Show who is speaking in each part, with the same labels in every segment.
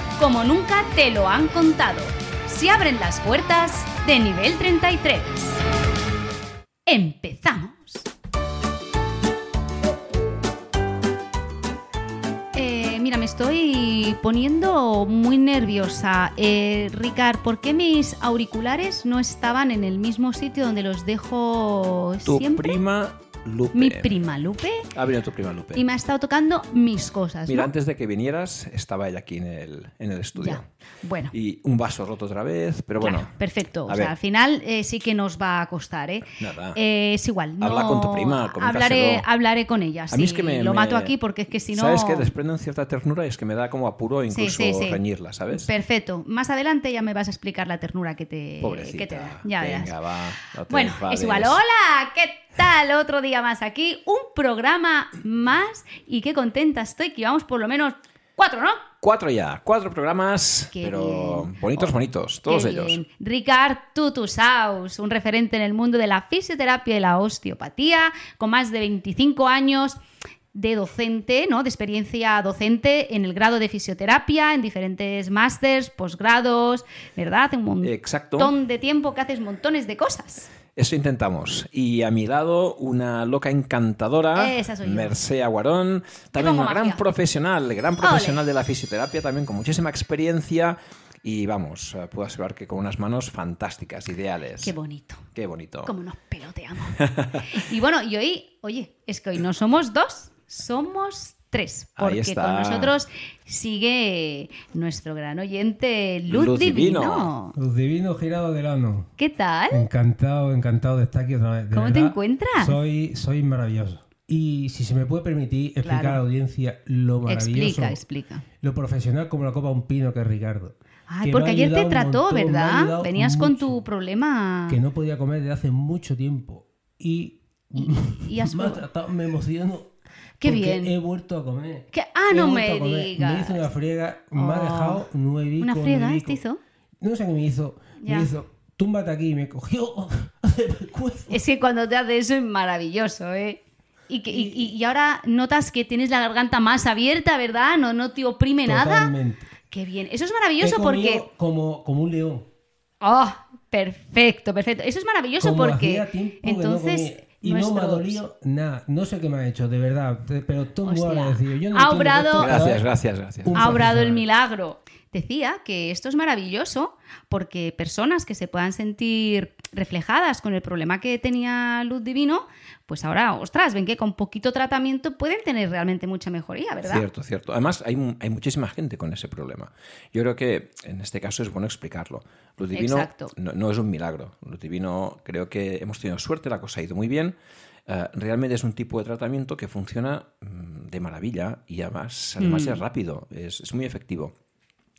Speaker 1: como nunca te lo han contado. Se abren las puertas de nivel 33. Empezamos. Eh, mira, me estoy poniendo muy nerviosa. Eh, Ricard, ¿por qué mis auriculares no estaban en el mismo sitio donde los dejo
Speaker 2: Tu
Speaker 1: siempre?
Speaker 2: prima Lupe.
Speaker 1: Mi prima Lupe.
Speaker 2: Ha venido tu prima Lupe.
Speaker 1: Y me ha estado tocando mis cosas.
Speaker 2: Mira,
Speaker 1: ¿no?
Speaker 2: antes de que vinieras, estaba ella aquí en el, en el estudio.
Speaker 1: Ya. Bueno.
Speaker 2: Y un vaso roto otra vez, pero
Speaker 1: Claro,
Speaker 2: bueno.
Speaker 1: perfecto.
Speaker 2: a
Speaker 1: O sea,
Speaker 2: ver.
Speaker 1: al final eh, sí que nos va a costar, ¿eh?
Speaker 2: Nada.
Speaker 1: Eh, es igual. No,
Speaker 2: Habla con tu prima, coméntaselo.
Speaker 1: hablaré, hablaré con ella.
Speaker 2: A mí
Speaker 1: sí,
Speaker 2: es que me.
Speaker 1: lo
Speaker 2: me-
Speaker 1: mato aquí porque es que si no.
Speaker 2: Sabes que desprenden cierta ternura y es que me da como apuro
Speaker 1: Sí,
Speaker 2: incluso
Speaker 1: sí, sí.
Speaker 2: reñirla, ¿sabes?
Speaker 1: Perfecto. Más adelante ya me vas a explicar la ternura eh, que te, que te da.
Speaker 2: Pobrecita.
Speaker 1: Ya
Speaker 2: Venga,
Speaker 1: verás.
Speaker 2: va. no te
Speaker 1: Bueno,
Speaker 2: enfades.
Speaker 1: es igual. Hola, ¿qué tal? Otro día más aquí. Un programa más. Y qué contenta estoy que vamos por lo menos cuatro, ¿no?
Speaker 2: Cuatro ya, cuatro programas,
Speaker 1: Qué
Speaker 2: pero
Speaker 1: bien.
Speaker 2: bonitos,
Speaker 1: Oh,
Speaker 2: bonitos, todos
Speaker 1: Qué
Speaker 2: ellos.
Speaker 1: bien. Ricard Tutusaus, un referente en el mundo de la fisioterapia y la osteopatía, con más de 25 años de docente, ¿no? De experiencia docente en el grado de fisioterapia, en diferentes másters, posgrados, ¿verdad? Hace un montón
Speaker 2: Exacto.
Speaker 1: de tiempo que haces montones de cosas.
Speaker 2: Eso intentamos. Y a mi lado, una loca encantadora,
Speaker 1: Esa soy yo.
Speaker 2: Mercé Aguarón, también
Speaker 1: pongo
Speaker 2: una gran
Speaker 1: magia.
Speaker 2: profesional, gran profesional de la fisioterapia, también con muchísima experiencia. Y vamos, eh, puedo asegurar que con unas manos fantásticas, ideales.
Speaker 1: Qué bonito.
Speaker 2: Qué bonito.
Speaker 1: Como nos peloteamos. y bueno, y hoy, oye, es que hoy no somos dos, somos tres.
Speaker 2: Ahí
Speaker 1: Porque
Speaker 2: está.
Speaker 1: con nosotros sigue nuestro gran oyente Luz,
Speaker 2: Luz Divino.
Speaker 1: Divino.
Speaker 3: Los divinos girados del ano.
Speaker 1: ¿Qué tal?
Speaker 3: Encantado, encantado de estar aquí otra vez. de
Speaker 1: ¿Cómo te
Speaker 3: verdad,
Speaker 1: encuentras?
Speaker 3: Soy, soy maravilloso. Y si se me puede permitir explicar
Speaker 1: Claro.
Speaker 3: a la audiencia lo maravilloso,
Speaker 1: Explica, explica.
Speaker 3: lo profesional como la copa de un pino que es Ricardo.
Speaker 1: Ay,
Speaker 3: Que me
Speaker 1: porque
Speaker 3: ha
Speaker 1: ayer te
Speaker 3: ayudado un
Speaker 1: trató,
Speaker 3: montón, me ha
Speaker 1: ¿verdad?
Speaker 3: ayudado
Speaker 1: Venías con tu
Speaker 3: mucho.
Speaker 1: problema.
Speaker 3: Que no podía comer desde hace mucho tiempo. Y,
Speaker 1: y has
Speaker 3: me ha
Speaker 1: probado.
Speaker 3: tratado, me emociono.
Speaker 1: Qué
Speaker 3: porque
Speaker 1: bien.
Speaker 3: He vuelto a comer.
Speaker 1: Que- ah, no
Speaker 3: vuelto
Speaker 1: me
Speaker 3: a comer.
Speaker 1: digas.
Speaker 3: Me hizo una friega, me ha
Speaker 1: Oh.
Speaker 3: dejado nueve
Speaker 1: ¿Una friega te hizo?
Speaker 3: No sé qué me hizo.
Speaker 1: Ya.
Speaker 3: Me hizo, túmbate aquí, y me cogió del pescuezo.
Speaker 1: Es que cuando te hace eso es maravilloso, ¿eh? Y, que- y- y- y ahora notas que tienes la garganta más abierta, ¿verdad? No, no te oprime nada.
Speaker 3: Totalmente.
Speaker 1: Qué bien. Eso es maravilloso
Speaker 3: He comido
Speaker 1: porque.
Speaker 3: Como, como un león.
Speaker 1: ¡Oh! Perfecto, perfecto. Eso es maravilloso
Speaker 3: como
Speaker 1: porque.
Speaker 3: hacía tiempo que no
Speaker 1: entonces.
Speaker 3: comía. y no me ha
Speaker 1: nuestros-
Speaker 3: dolido nada. No sé qué me ha hecho, de verdad. te- Pero estoy muy
Speaker 1: Hostia.
Speaker 3: agradecido. Yo no
Speaker 1: Ha
Speaker 3: entiendo que
Speaker 1: obrado-
Speaker 3: esto-
Speaker 2: Gracias, gracias, gracias.
Speaker 3: Un-
Speaker 1: ha obrado el
Speaker 3: profesional.
Speaker 1: milagro. Decía que esto es maravilloso porque personas que se puedan sentir reflejadas con el problema que tenía Luz Divino, pues ahora, ostras, ven que con poquito tratamiento pueden tener realmente mucha mejoría, ¿verdad?
Speaker 2: Cierto, cierto. Además, hay, mu- hay muchísima gente con ese problema. Yo creo que en este caso es bueno explicarlo. Lo divino
Speaker 1: Exacto.
Speaker 2: no, no es un milagro. Lo divino creo que hemos tenido suerte, la cosa ha ido muy bien. Eh, realmente es un tipo de tratamiento que funciona mm, de maravilla y además, además
Speaker 1: Mm.
Speaker 2: es rápido, es, es muy efectivo.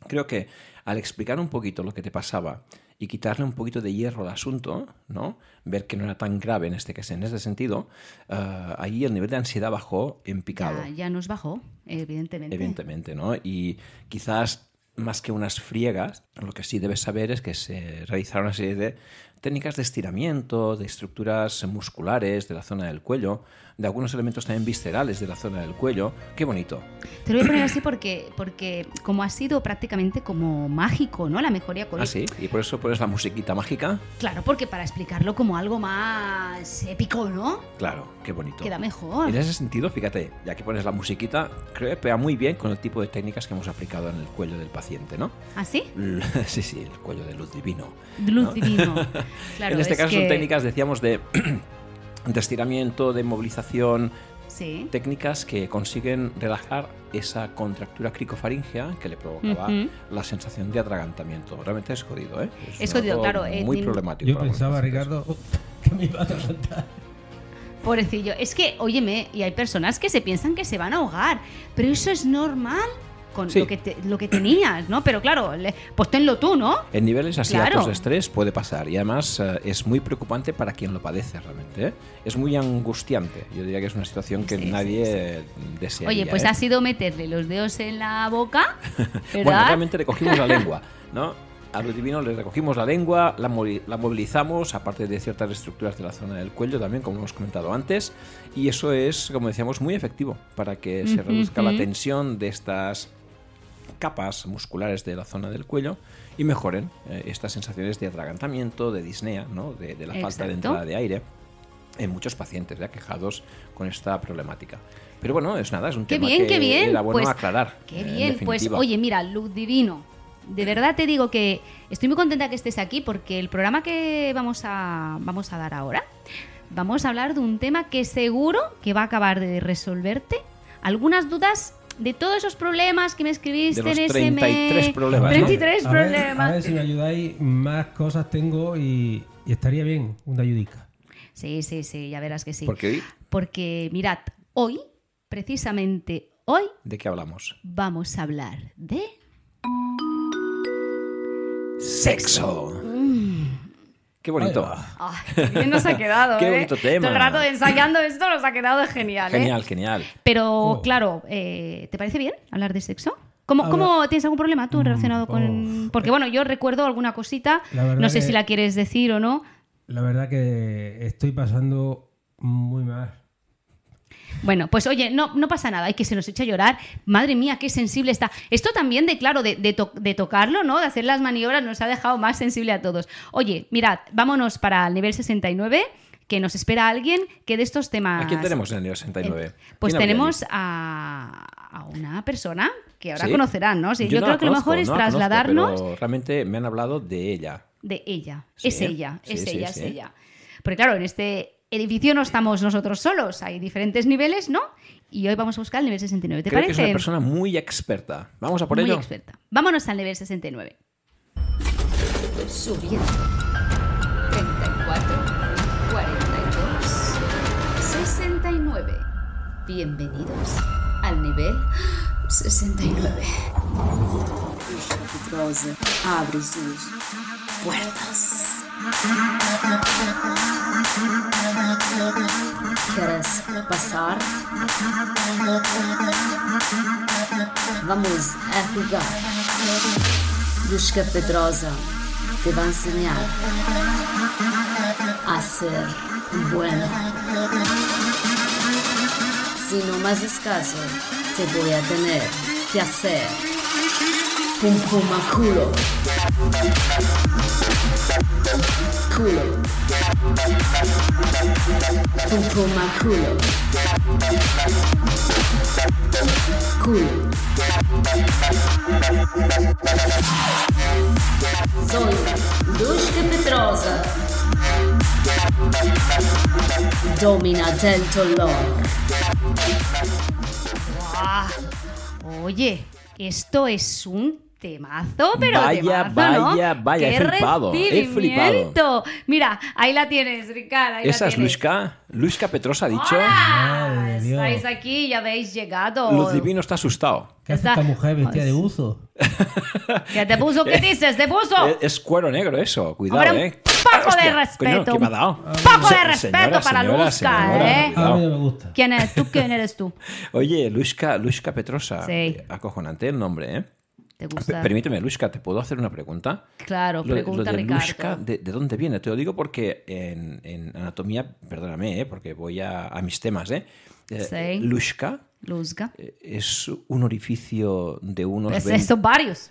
Speaker 2: Creo que al explicar un poquito lo que te pasaba y quitarle un poquito de hierro al asunto, ¿no? ver que no era tan grave en este, en este sentido, eh, ahí el nivel de ansiedad bajó en picado
Speaker 1: Ya, ya nos bajó, evidentemente.
Speaker 2: evidentemente, ¿no? Y quizás más que unas friegas, lo que sí debes saber es que se realizaron una serie de técnicas de estiramiento, de estructuras musculares de la zona del cuello, de algunos elementos también viscerales de la zona del cuello. Qué bonito.
Speaker 1: Te lo voy a poner así porque, porque como ha sido prácticamente como mágico, ¿no? La mejoría con
Speaker 2: Ah, sí. Y por eso pones la musiquita mágica.
Speaker 1: Claro, porque para explicarlo como algo más épico, ¿no?
Speaker 2: Claro, qué bonito.
Speaker 1: Queda mejor.
Speaker 2: En ese sentido, fíjate, ya que pones la musiquita, creo que pega muy bien con el tipo de técnicas que hemos aplicado en el cuello del paciente, ¿no?
Speaker 1: ¿Así?
Speaker 2: Sí, sí, el cuello de luz divino.
Speaker 1: Luz divino. Claro,
Speaker 2: en este
Speaker 1: es
Speaker 2: caso son
Speaker 1: que-
Speaker 2: técnicas, decíamos, de, de estiramiento, de movilización,
Speaker 1: Sí.
Speaker 2: técnicas que consiguen relajar esa contractura cricofaringea que le provocaba
Speaker 1: Ujú.
Speaker 2: la sensación de atragantamiento. Realmente es jodido, ¿eh?
Speaker 1: Es
Speaker 2: un
Speaker 1: jodido,
Speaker 2: método
Speaker 1: claro, eh,
Speaker 2: muy
Speaker 1: tiene-
Speaker 2: problemático.
Speaker 3: Yo
Speaker 2: para algunos
Speaker 3: pensaba,
Speaker 2: pacientes.
Speaker 3: Ricardo, oh, que me iba a adelantar.
Speaker 1: Pobrecillo, es que, óyeme, y hay personas que se piensan que se van a ahogar, pero eso es normal con
Speaker 2: Sí.
Speaker 1: lo, que te- lo que tenías, ¿no? Pero claro, le- pues tenlo tú, ¿no?
Speaker 2: En niveles así
Speaker 1: Claro.
Speaker 2: altos de estrés puede pasar y además eh, es muy preocupante para quien lo padece realmente. ¿eh? Es muy angustiante. Yo diría que es una situación que
Speaker 1: Sí, sí,
Speaker 2: nadie
Speaker 1: sí.
Speaker 2: eh, desearía.
Speaker 1: Oye, pues
Speaker 2: ¿eh?
Speaker 1: ha sido meterle los dedos en la boca, ¿verdad?
Speaker 2: Bueno, realmente recogimos la lengua, ¿no? A los divinos les recogimos la lengua, la, movi- la movilizamos, aparte de ciertas estructuras de la zona del cuello también, como hemos comentado antes, y eso es, como decíamos, muy efectivo para que se
Speaker 1: Ujú,
Speaker 2: reduzca la
Speaker 1: ujú.
Speaker 2: tensión de estas capas musculares de la zona del cuello y mejoren eh, estas sensaciones de atragantamiento, de disnea, ¿no? de, de la falta de
Speaker 1: Exacto.
Speaker 2: entrada de aire en muchos pacientes ya quejados con esta problemática. Pero bueno, es nada, es un
Speaker 1: Qué
Speaker 2: tema
Speaker 1: bien,
Speaker 2: que
Speaker 1: qué bien.
Speaker 2: era bueno
Speaker 1: Pues,
Speaker 2: aclarar. eh,
Speaker 1: Qué
Speaker 2: en
Speaker 1: bien, pues
Speaker 2: definitiva.
Speaker 1: oye, mira, Luz Divino, de verdad te digo que estoy muy contenta que estés aquí porque el programa que vamos a, vamos a dar ahora, vamos a hablar de un tema que seguro que va a acabar de resolverte algunas dudas de todos esos problemas que me escribiste
Speaker 2: De los
Speaker 1: en ese
Speaker 2: 33
Speaker 1: mail.
Speaker 2: problemas, ¿no?
Speaker 1: 33
Speaker 3: A ver-
Speaker 1: problemas.
Speaker 3: a ver si me ayudáis, más cosas tengo y, y estaría bien una ayudica.
Speaker 1: Sí, sí, sí, ya verás que sí.
Speaker 2: Porque hoy,
Speaker 1: Porque mirad, hoy, precisamente hoy,
Speaker 2: ¿de qué hablamos?
Speaker 1: vamos a hablar de...
Speaker 2: Sexo. Mm. Qué bonito.
Speaker 3: Ahí va.
Speaker 1: Ay, qué bien nos ha quedado.
Speaker 2: Qué
Speaker 1: ¿eh?
Speaker 2: bonito tema.
Speaker 1: Todo el rato ensayando esto nos ha quedado genial. ¿eh?
Speaker 2: Genial, genial.
Speaker 1: Pero
Speaker 3: Oh.
Speaker 1: claro, eh, ¿te parece bien hablar de sexo? ¿Cómo,
Speaker 3: Ahora-
Speaker 1: cómo tienes algún problema tú relacionado
Speaker 3: Mm,
Speaker 1: con.?
Speaker 3: uf.
Speaker 2: oh.
Speaker 1: Porque bueno, yo recuerdo alguna cosita,
Speaker 3: La verdad
Speaker 1: no sé
Speaker 3: que-
Speaker 1: si la quieres decir o no.
Speaker 3: La verdad que estoy pasando muy mal.
Speaker 1: Bueno, pues oye, no, no pasa nada, hay que se nos echa a llorar. Madre mía, qué sensible está. Esto también de, claro, de, de to- de tocarlo, ¿no? De hacer las maniobras nos ha dejado más sensible a todos. Oye, mirad, vámonos para el nivel 69, que nos espera alguien que de estos temas...
Speaker 2: ¿A quién tenemos en el año 69?
Speaker 1: Ah, Pues
Speaker 2: ¿Quién habría
Speaker 1: tenemos
Speaker 2: allí?
Speaker 1: a, a una persona que ahora
Speaker 2: ¿Sí?
Speaker 1: conocerán, ¿no? Sí, yo,
Speaker 2: no
Speaker 1: creo
Speaker 2: la
Speaker 1: que lo
Speaker 2: conozco,
Speaker 1: mejor es
Speaker 2: no la conozco,
Speaker 1: trasladarnos
Speaker 2: pero realmente me han hablado de ella.
Speaker 1: de ella.
Speaker 2: Sí,
Speaker 1: es ella,
Speaker 2: sí,
Speaker 1: es
Speaker 2: sí,
Speaker 1: ella,
Speaker 2: sí.
Speaker 1: es ella. Porque claro, en este edificio no estamos nosotros solos, hay diferentes niveles, ¿no? Y hoy vamos a buscar el nivel 69. ¿Te
Speaker 2: creo
Speaker 1: parece?
Speaker 2: que es una persona muy experta. Vamos a por
Speaker 1: Muy
Speaker 2: ello.
Speaker 1: experta. Vámonos al nivel 69.
Speaker 4: Subiendo. 34, 42, 69. Bienvenidos al nivel 69. Poderosa, abre sus puertas. ¿Quieres pasar? Vamos a jugar. Duška Pedrosa te va a enseñar a ser bueno. Si no más escaso, te voy a tener que hacer Pum puma culo. Culo. Pum puma culo. Culo. Soy Dushka Petrosa. Domina del dolor.
Speaker 1: ¡Guau! Oye, esto es un temazo, pero
Speaker 2: Vaya,
Speaker 1: temazo,
Speaker 2: vaya,
Speaker 1: ¿no?
Speaker 2: vaya, he
Speaker 1: ¡Qué
Speaker 2: flipado, he flipado.
Speaker 1: recibimiento! Mira, ahí la tienes, Ricardo. ahí la
Speaker 2: Esa es
Speaker 1: tienes.
Speaker 2: Luisca. Luisca Petrosa ha dicho.
Speaker 1: ¡Hola!
Speaker 3: Madre de Dios.
Speaker 1: Estáis aquí, ya habéis llegado.
Speaker 2: Luz Divino está asustado.
Speaker 3: ¿Qué hace
Speaker 1: Está-
Speaker 3: esta mujer vestida de buzo?
Speaker 1: ¿Qué te puso?
Speaker 2: Eh,
Speaker 1: ¿Qué dices? ¿Te puso?
Speaker 2: Es, es cuero negro eso, cuidado,
Speaker 1: Hombre, un
Speaker 2: eh.
Speaker 1: poco de
Speaker 2: Hostia,
Speaker 1: respeto,
Speaker 2: coño, ¿qué me ha dado?
Speaker 1: un poco de
Speaker 2: Se-
Speaker 1: respeto para
Speaker 2: señora,
Speaker 1: Luzca,
Speaker 2: señora,
Speaker 1: ¿eh?
Speaker 3: Ah, A
Speaker 2: cuidado.
Speaker 3: mí no me gusta.
Speaker 1: ¿Quién eres tú? ¿Quién eres tú?
Speaker 2: Oye, Luisca, Luisca Petrosa.
Speaker 1: Sí.
Speaker 2: eh, Acojonante el nombre, ¿eh?
Speaker 1: ¿Te
Speaker 2: P-
Speaker 1: gusta?
Speaker 2: Permíteme, Luisca, ¿te puedo hacer una pregunta?
Speaker 1: Claro,
Speaker 2: Lo de-
Speaker 1: pregunta
Speaker 2: lo de
Speaker 1: Ricardo.
Speaker 2: Lushka, ¿de, de dónde viene? Te lo digo porque en, en anatomía, perdóname, ¿eh? porque voy a, a mis temas, ¿eh? Eh,
Speaker 1: Sí.
Speaker 2: Lushka,
Speaker 1: Luzca.
Speaker 2: eh, es un orificio de unos...
Speaker 1: Pues
Speaker 2: 20
Speaker 1: son varios.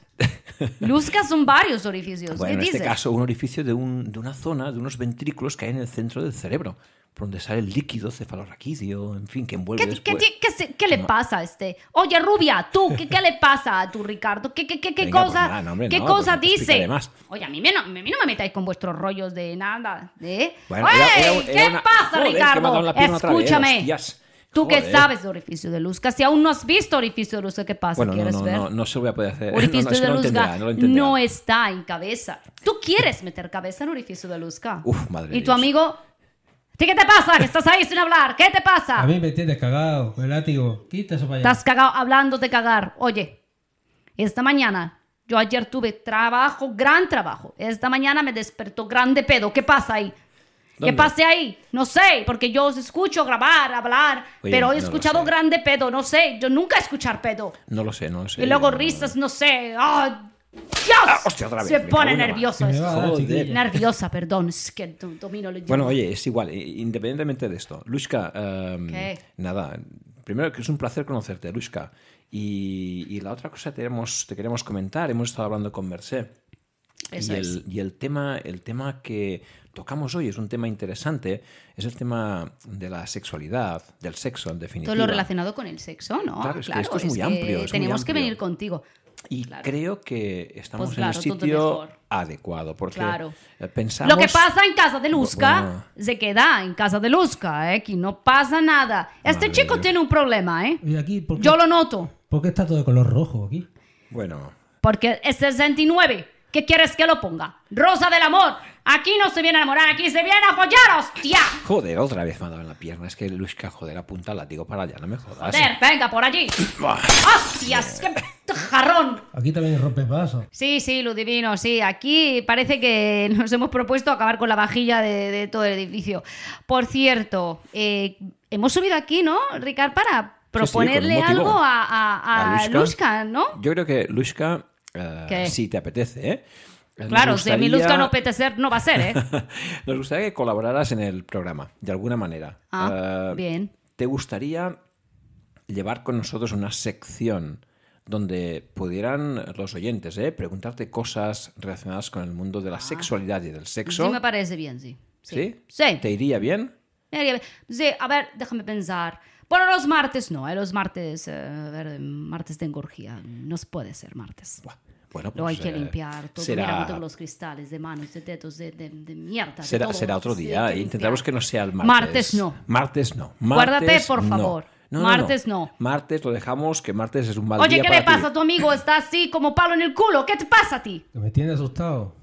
Speaker 1: Luzca son varios orificios.
Speaker 2: Bueno, en
Speaker 1: ¿Qué
Speaker 2: este
Speaker 1: dices?
Speaker 2: caso, un orificio de, un- de una zona, de unos ventrículos que hay en el centro del cerebro, por donde sale el líquido cefalorraquídeo, en fin, que envuelve
Speaker 1: ¿Qué, qué-
Speaker 2: Pues después.
Speaker 1: qué- qué se- qué le pasa a este? Oye, Rubia, tú, ¿qué, qué le pasa a tu Ricardo? ¿Qué, qué- qué- qué
Speaker 2: Venga, pues
Speaker 1: cosa,
Speaker 2: nada, no, hombre,
Speaker 1: qué
Speaker 2: no,
Speaker 1: cosa
Speaker 2: pues te explicaré
Speaker 1: dice?
Speaker 2: más.
Speaker 1: Oye, a mí, me no, a mí no me metáis con vuestros rollos de nada. ¿eh?
Speaker 2: Bueno,
Speaker 1: ¡Ey!
Speaker 2: era- era-
Speaker 1: ¿Qué
Speaker 2: era una-
Speaker 1: pasa,
Speaker 2: Joder, que me ha
Speaker 1: Ricardo?
Speaker 2: dado la pierna otra vez,
Speaker 1: Escúchame.
Speaker 2: hostias.
Speaker 1: tú que
Speaker 2: Joder.
Speaker 1: sabes de orificio de luz, casi aún no has visto orificio de luz, ¿qué pasa?
Speaker 2: Bueno, no,
Speaker 1: ¿Quieres
Speaker 2: no,
Speaker 1: ver?
Speaker 2: no, no se lo voy a poder hacer.
Speaker 1: Orificio
Speaker 2: no, no, eso
Speaker 1: de
Speaker 2: no lo
Speaker 1: Luzca
Speaker 2: entenderá, no lo entenderá.
Speaker 1: no, está en cabeza. Tú quieres meter cabeza en orificio de Luzca.
Speaker 2: Uf, madre de
Speaker 1: Y tu
Speaker 2: Dios.
Speaker 1: amigo, ¿Ti qué te pasa? Que estás ahí sin hablar. ¿Qué te
Speaker 3: A
Speaker 1: pasa?
Speaker 3: mí me tienes cagado, el látigo. Quita eso para allá.
Speaker 1: Ah. Estás cagado hablando de cagar. Oye, esta mañana, yo ayer tuve trabajo, gran trabajo. Esta mañana me despertó grande pedo. ¿Qué pasa ahí? ¿Qué
Speaker 2: ¿Dónde?
Speaker 1: pasa ahí? No sé, porque yo os escucho grabar, hablar,
Speaker 2: Oye,
Speaker 1: pero he
Speaker 2: no lo
Speaker 1: escuchado
Speaker 2: sé.
Speaker 1: grande pedo. No sé, yo nunca escuchar pedo.
Speaker 2: No lo sé, no lo sé.
Speaker 1: Y luego
Speaker 2: No-
Speaker 1: risas, no sé. ¡Ah, ¡Dios!
Speaker 2: hostia, otra vez,
Speaker 1: Se
Speaker 2: me
Speaker 1: pone
Speaker 2: cago en la
Speaker 1: nervioso
Speaker 3: madre.
Speaker 1: esto.
Speaker 3: Ah,
Speaker 2: Joder.
Speaker 3: chiquilla.
Speaker 1: Nerviosa, perdón. Es que do- domino el idioma.
Speaker 2: Bueno, oye, es igual, eh, independientemente de esto. Luisca, em,
Speaker 1: ¿Qué?
Speaker 2: nada, primero que es un placer conocerte, Luisca. Y, y la otra cosa que tenemos- te queremos comentar, hemos estado hablando con Merced.
Speaker 1: Eso
Speaker 2: y,
Speaker 1: es.
Speaker 2: el, y el tema, el tema que tocamos hoy es un tema interesante, es el tema de la sexualidad, del sexo en definitiva.
Speaker 1: Todo lo relacionado con el sexo, ¿no?
Speaker 2: Claro, es que esto es muy amplio, es muy
Speaker 1: tenemos que
Speaker 2: amplio.
Speaker 1: venir contigo.
Speaker 2: Y creo que estamos
Speaker 1: Pues
Speaker 2: en
Speaker 1: claro,
Speaker 2: el
Speaker 1: todo
Speaker 2: sitio
Speaker 1: mejor.
Speaker 2: adecuado, porque
Speaker 1: Claro.
Speaker 2: eh, pensamos...
Speaker 1: Lo que pasa en casa de Luzca
Speaker 2: Bueno.
Speaker 1: se queda en casa de Luzca, ¿eh? Aquí no pasa nada. Este
Speaker 2: Madre
Speaker 1: chico
Speaker 2: mía.
Speaker 1: tiene un problema, ¿eh?
Speaker 3: Y aquí, ¿por qué,
Speaker 1: Yo lo noto,
Speaker 3: por qué está todo de color rojo aquí?
Speaker 2: Bueno,
Speaker 1: porque es 69. ¿Qué quieres que lo ponga? Rosa del amor. Aquí no se viene a enamorar, aquí se viene a follar, hostia.
Speaker 2: joder, otra vez me ha dado en la pierna, es que Luisca, joder, apunta la látigo para allá, no me jodas.
Speaker 1: Ver, venga, por allí. ¡Hostias! ¡Qué jarrón!
Speaker 3: Aquí también rompe vasos.
Speaker 1: Sí, sí, lo divino, sí. Aquí parece que nos hemos propuesto acabar con la vajilla de, de todo el edificio. Por cierto, eh, hemos subido aquí, ¿no, Ricard, para
Speaker 2: Sí, sí, con un
Speaker 1: proponerle
Speaker 2: motivo.
Speaker 1: algo a, a, a
Speaker 2: Luisca.
Speaker 1: Lushka, ¿no?
Speaker 2: Yo creo que Luisca, eh,
Speaker 1: ¿Qué?
Speaker 2: si te apetece, ¿eh? Me
Speaker 1: Claro, si a mí Lushka
Speaker 2: gustaría-
Speaker 1: no petecer, no va a ser, ¿eh?
Speaker 2: Nos gustaría que colaboraras en el programa, de alguna manera.
Speaker 1: Ah,
Speaker 2: Eh,
Speaker 1: bien.
Speaker 2: ¿Te gustaría llevar con nosotros una sección donde pudieran los oyentes eh, preguntarte cosas relacionadas con el mundo de la sexualidad y del sexo?
Speaker 1: Ah. Sí, me parece bien, sí.
Speaker 2: ¿Sí?
Speaker 1: Sí.
Speaker 2: ¿Te iría bien?
Speaker 1: Me haría bien. Sí, a ver, déjame pensar. Bueno, los martes no, ¿eh? Los martes, eh, a ver, martes de engorgía. No se puede ser martes.
Speaker 2: Buah, Bueno, pues,
Speaker 1: Luego hay que
Speaker 2: eh,
Speaker 1: limpiar todo.
Speaker 2: será-
Speaker 1: Mira, todos los cristales de manos, de dedos, de, de- de mierda. de
Speaker 2: Será,
Speaker 1: todo.
Speaker 2: será otro
Speaker 1: Sí,
Speaker 2: día.
Speaker 1: hay
Speaker 2: Intentaremos que
Speaker 1: limpiar.
Speaker 2: no sea el martes.
Speaker 1: Martes no.
Speaker 2: Martes no.
Speaker 1: Guárdate,
Speaker 2: Martes
Speaker 1: por
Speaker 2: no.
Speaker 1: favor.
Speaker 2: No,
Speaker 1: Martes no.
Speaker 2: Martes lo dejamos, que martes es un mal
Speaker 1: Oye,
Speaker 2: día
Speaker 1: ¿qué
Speaker 2: para
Speaker 1: le pasa a
Speaker 2: ti.
Speaker 1: tu amigo? Está así como palo en el culo. ¿Qué te pasa a ti?
Speaker 3: Que me tiene asustado.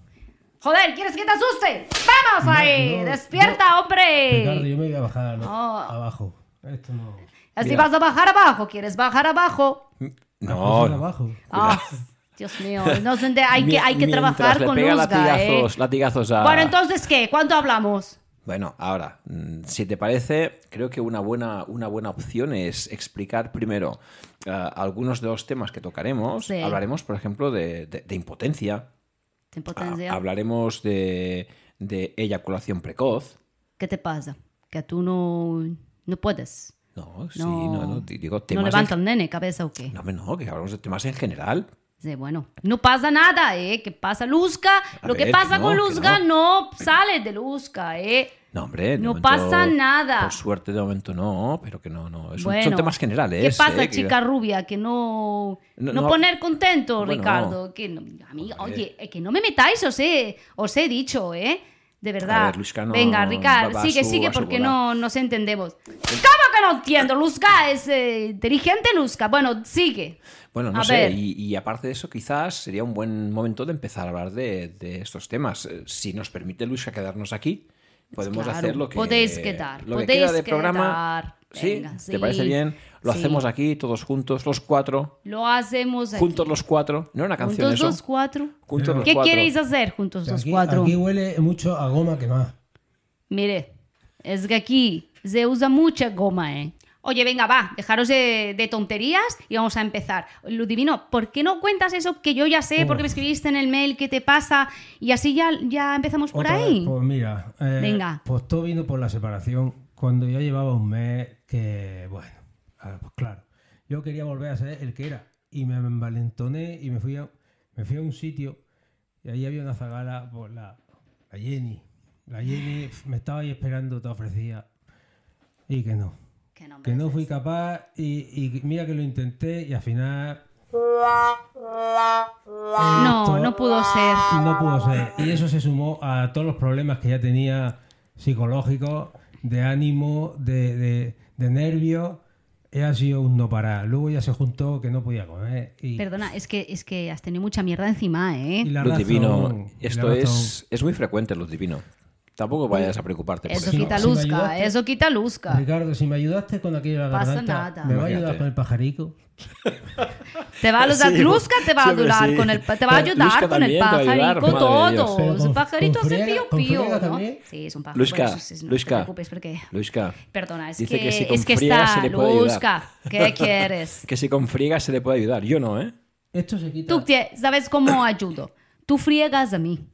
Speaker 1: Joder, ¿quieres que te asuste? ¡Vamos ahí!
Speaker 3: no,
Speaker 1: ¡Despierta,
Speaker 3: Ricardo,
Speaker 1: hombre!
Speaker 3: yo me voy a bajar ¿no?
Speaker 1: Ah.
Speaker 3: abajo. Esto no.
Speaker 1: Así
Speaker 2: Mira.
Speaker 1: vas a bajar abajo. ¿Quieres bajar abajo?
Speaker 2: No,
Speaker 3: Bajar
Speaker 2: no.
Speaker 3: Abajo.
Speaker 1: Ah, Dios mío. No sé, hay que,
Speaker 2: Mie-
Speaker 1: hay que
Speaker 2: mientras
Speaker 1: trabajar
Speaker 2: le
Speaker 1: con
Speaker 2: pega
Speaker 1: Luzga, ¿eh?
Speaker 2: latigazos, latigazos a...
Speaker 1: Bueno, entonces, ¿qué? ¿Cuándo hablamos?
Speaker 2: Bueno, ahora, mm, si te parece, creo que una buena, una buena opción es explicar primero eh, algunos de los temas que tocaremos.
Speaker 1: Sí.
Speaker 2: Hablaremos, por ejemplo, de, de- de impotencia.
Speaker 1: ¿Te
Speaker 2: Ah,
Speaker 1: impotencia?
Speaker 2: hablaremos de, de eyaculación precoz.
Speaker 1: ¿Qué te pasa? Que tú no, no puedes.
Speaker 2: No, sí,
Speaker 1: No.
Speaker 2: no, no, di- digo,
Speaker 1: No
Speaker 2: temas...
Speaker 1: levanta
Speaker 2: en-
Speaker 1: el nene cabeza o qué.
Speaker 2: No, hombre, no, que hablamos de temas en general.
Speaker 1: Dice, bueno, no pasa nada, ¿eh? Que pasa Luzca.
Speaker 2: A
Speaker 1: Lo que
Speaker 2: ver,
Speaker 1: pasa
Speaker 2: que
Speaker 1: con
Speaker 2: no, que
Speaker 1: Luzca no. sale de Luzca, ¿eh?
Speaker 2: No, hombre. de
Speaker 1: No
Speaker 2: momento,
Speaker 1: pasa nada.
Speaker 2: Por suerte, de momento no, pero que no, no. Es un-
Speaker 1: Bueno,
Speaker 2: Pues son temas
Speaker 1: ¿Qué
Speaker 2: generales.
Speaker 1: pasa,
Speaker 2: eh, que-
Speaker 1: chica rubia? Que no. No,
Speaker 2: No, no-
Speaker 1: poner contento,
Speaker 2: Bueno.
Speaker 1: Ricardo. Que no- amiga,
Speaker 2: Hombre.
Speaker 1: oye, eh, que no me metáis, os he, os he dicho, ¿eh? De verdad.
Speaker 2: A ver, Luzca no-
Speaker 1: Venga,
Speaker 2: va-
Speaker 1: Ricardo,
Speaker 2: va a
Speaker 1: sigue,
Speaker 2: su-
Speaker 1: sigue,
Speaker 2: a su
Speaker 1: porque
Speaker 2: bola.
Speaker 1: no nos entendemos. ¿Cómo que no entiendo? Luzca es eh, inteligente, Luzca. Bueno, sigue.
Speaker 2: Bueno, no
Speaker 1: A
Speaker 2: sé,
Speaker 1: ver.
Speaker 2: Y, y aparte de eso, quizás sería un buen momento de empezar a hablar de, de estos temas. Eh, Si nos permite Luisa quedarnos aquí, podemos
Speaker 1: Claro,
Speaker 2: hacer lo que
Speaker 1: podéis quedar,
Speaker 2: lo que
Speaker 1: podéis
Speaker 2: queda de programa.
Speaker 1: quedar.
Speaker 2: ¿Sí?
Speaker 1: Venga, sí,
Speaker 2: ¿Te parece bien? Lo
Speaker 1: sí.
Speaker 2: hacemos aquí todos juntos, los cuatro.
Speaker 1: Lo hacemos aquí.
Speaker 2: Juntos los cuatro. No era una canción
Speaker 1: Juntos
Speaker 2: eso.
Speaker 1: los cuatro.
Speaker 2: Juntos los
Speaker 1: ¿Qué
Speaker 2: cuatro.
Speaker 1: queréis hacer juntos los
Speaker 3: Aquí,
Speaker 1: cuatro?
Speaker 3: aquí huele mucho a goma quemada.
Speaker 1: Mire, es que aquí se usa mucha goma, ¿eh? Oye, venga, va, dejaros de, de tonterías y vamos a empezar. Ludivino, ¿por qué no cuentas eso que yo ya sé? Porque me escribiste en el mail qué te pasa y así ya, ya empezamos por
Speaker 3: Otra
Speaker 1: ahí.
Speaker 3: vez, pues mira, eh,
Speaker 1: Venga.
Speaker 3: pues todo vino por la separación cuando ya llevaba un mes que, bueno, ah, pues claro, yo quería volver a ser el que era y me envalentoné y me fui a, me fui a un sitio y ahí había una zagala por la, la Jenny. La Jenny pf, me estaba ahí esperando, te ofrecía y que no,
Speaker 1: Que no, hombre.
Speaker 3: que no fui capaz y, y mira que lo intenté y al final
Speaker 1: no, no pudo ser.
Speaker 3: No pudo ser. Y eso se sumó a todos los problemas que ya tenía psicológicos, de ánimo, de, de, de nervios. Y Ha sido un no parar. Luego ya se juntó que no podía comer. Y,
Speaker 1: Perdona, es que, es que has tenido mucha mierda encima, ¿eh?
Speaker 3: y la
Speaker 2: Luz
Speaker 3: razón,
Speaker 2: Divino,
Speaker 3: y la
Speaker 2: esto
Speaker 3: razón.
Speaker 2: es, es muy frecuente, Luz Divino. Tampoco vayas a preocuparte por
Speaker 1: Eso
Speaker 2: eso.
Speaker 3: si-
Speaker 1: quita
Speaker 3: si me
Speaker 1: luzca,
Speaker 3: ayudaste-
Speaker 1: eso quita luzca.
Speaker 3: Ricardo, si me ayudaste con aquello de la
Speaker 1: Pasa
Speaker 3: garganta,
Speaker 1: nada.
Speaker 3: ¿me va a ayudar
Speaker 2: Imagínate.
Speaker 3: con el pajarico?
Speaker 1: Te va a ayudar
Speaker 2: Sí,
Speaker 1: luzca, te va a
Speaker 2: siempre
Speaker 1: ayudar
Speaker 2: sí.
Speaker 1: con el, pa- te va a
Speaker 2: Luzca
Speaker 1: ayudar con el
Speaker 2: también te va a
Speaker 1: pajarico,
Speaker 2: ayudar, madre de Dios.
Speaker 1: todo.
Speaker 3: Pero
Speaker 1: Su
Speaker 3: con-
Speaker 1: pajarito
Speaker 3: con
Speaker 1: hace
Speaker 3: friega-
Speaker 1: pío
Speaker 3: con
Speaker 1: pío,
Speaker 3: friega
Speaker 1: ¿no?
Speaker 3: también.
Speaker 1: Sí, es un pájaro.
Speaker 2: Luzca,
Speaker 1: Bueno, sí, sí, no
Speaker 2: Luzca.
Speaker 1: te preocupes porque
Speaker 2: Luisca,
Speaker 1: Perdona, es
Speaker 2: Dice
Speaker 1: que,
Speaker 2: que si
Speaker 1: es que
Speaker 2: confrías
Speaker 1: está
Speaker 2: se le puede
Speaker 1: Luzca. ¿Qué quieres?
Speaker 2: que si con friega se le puede ayudar. Yo no, ¿eh?
Speaker 3: Esto se quita.
Speaker 1: Tú tie- sabes cómo ayudo. Tú friegas a mí.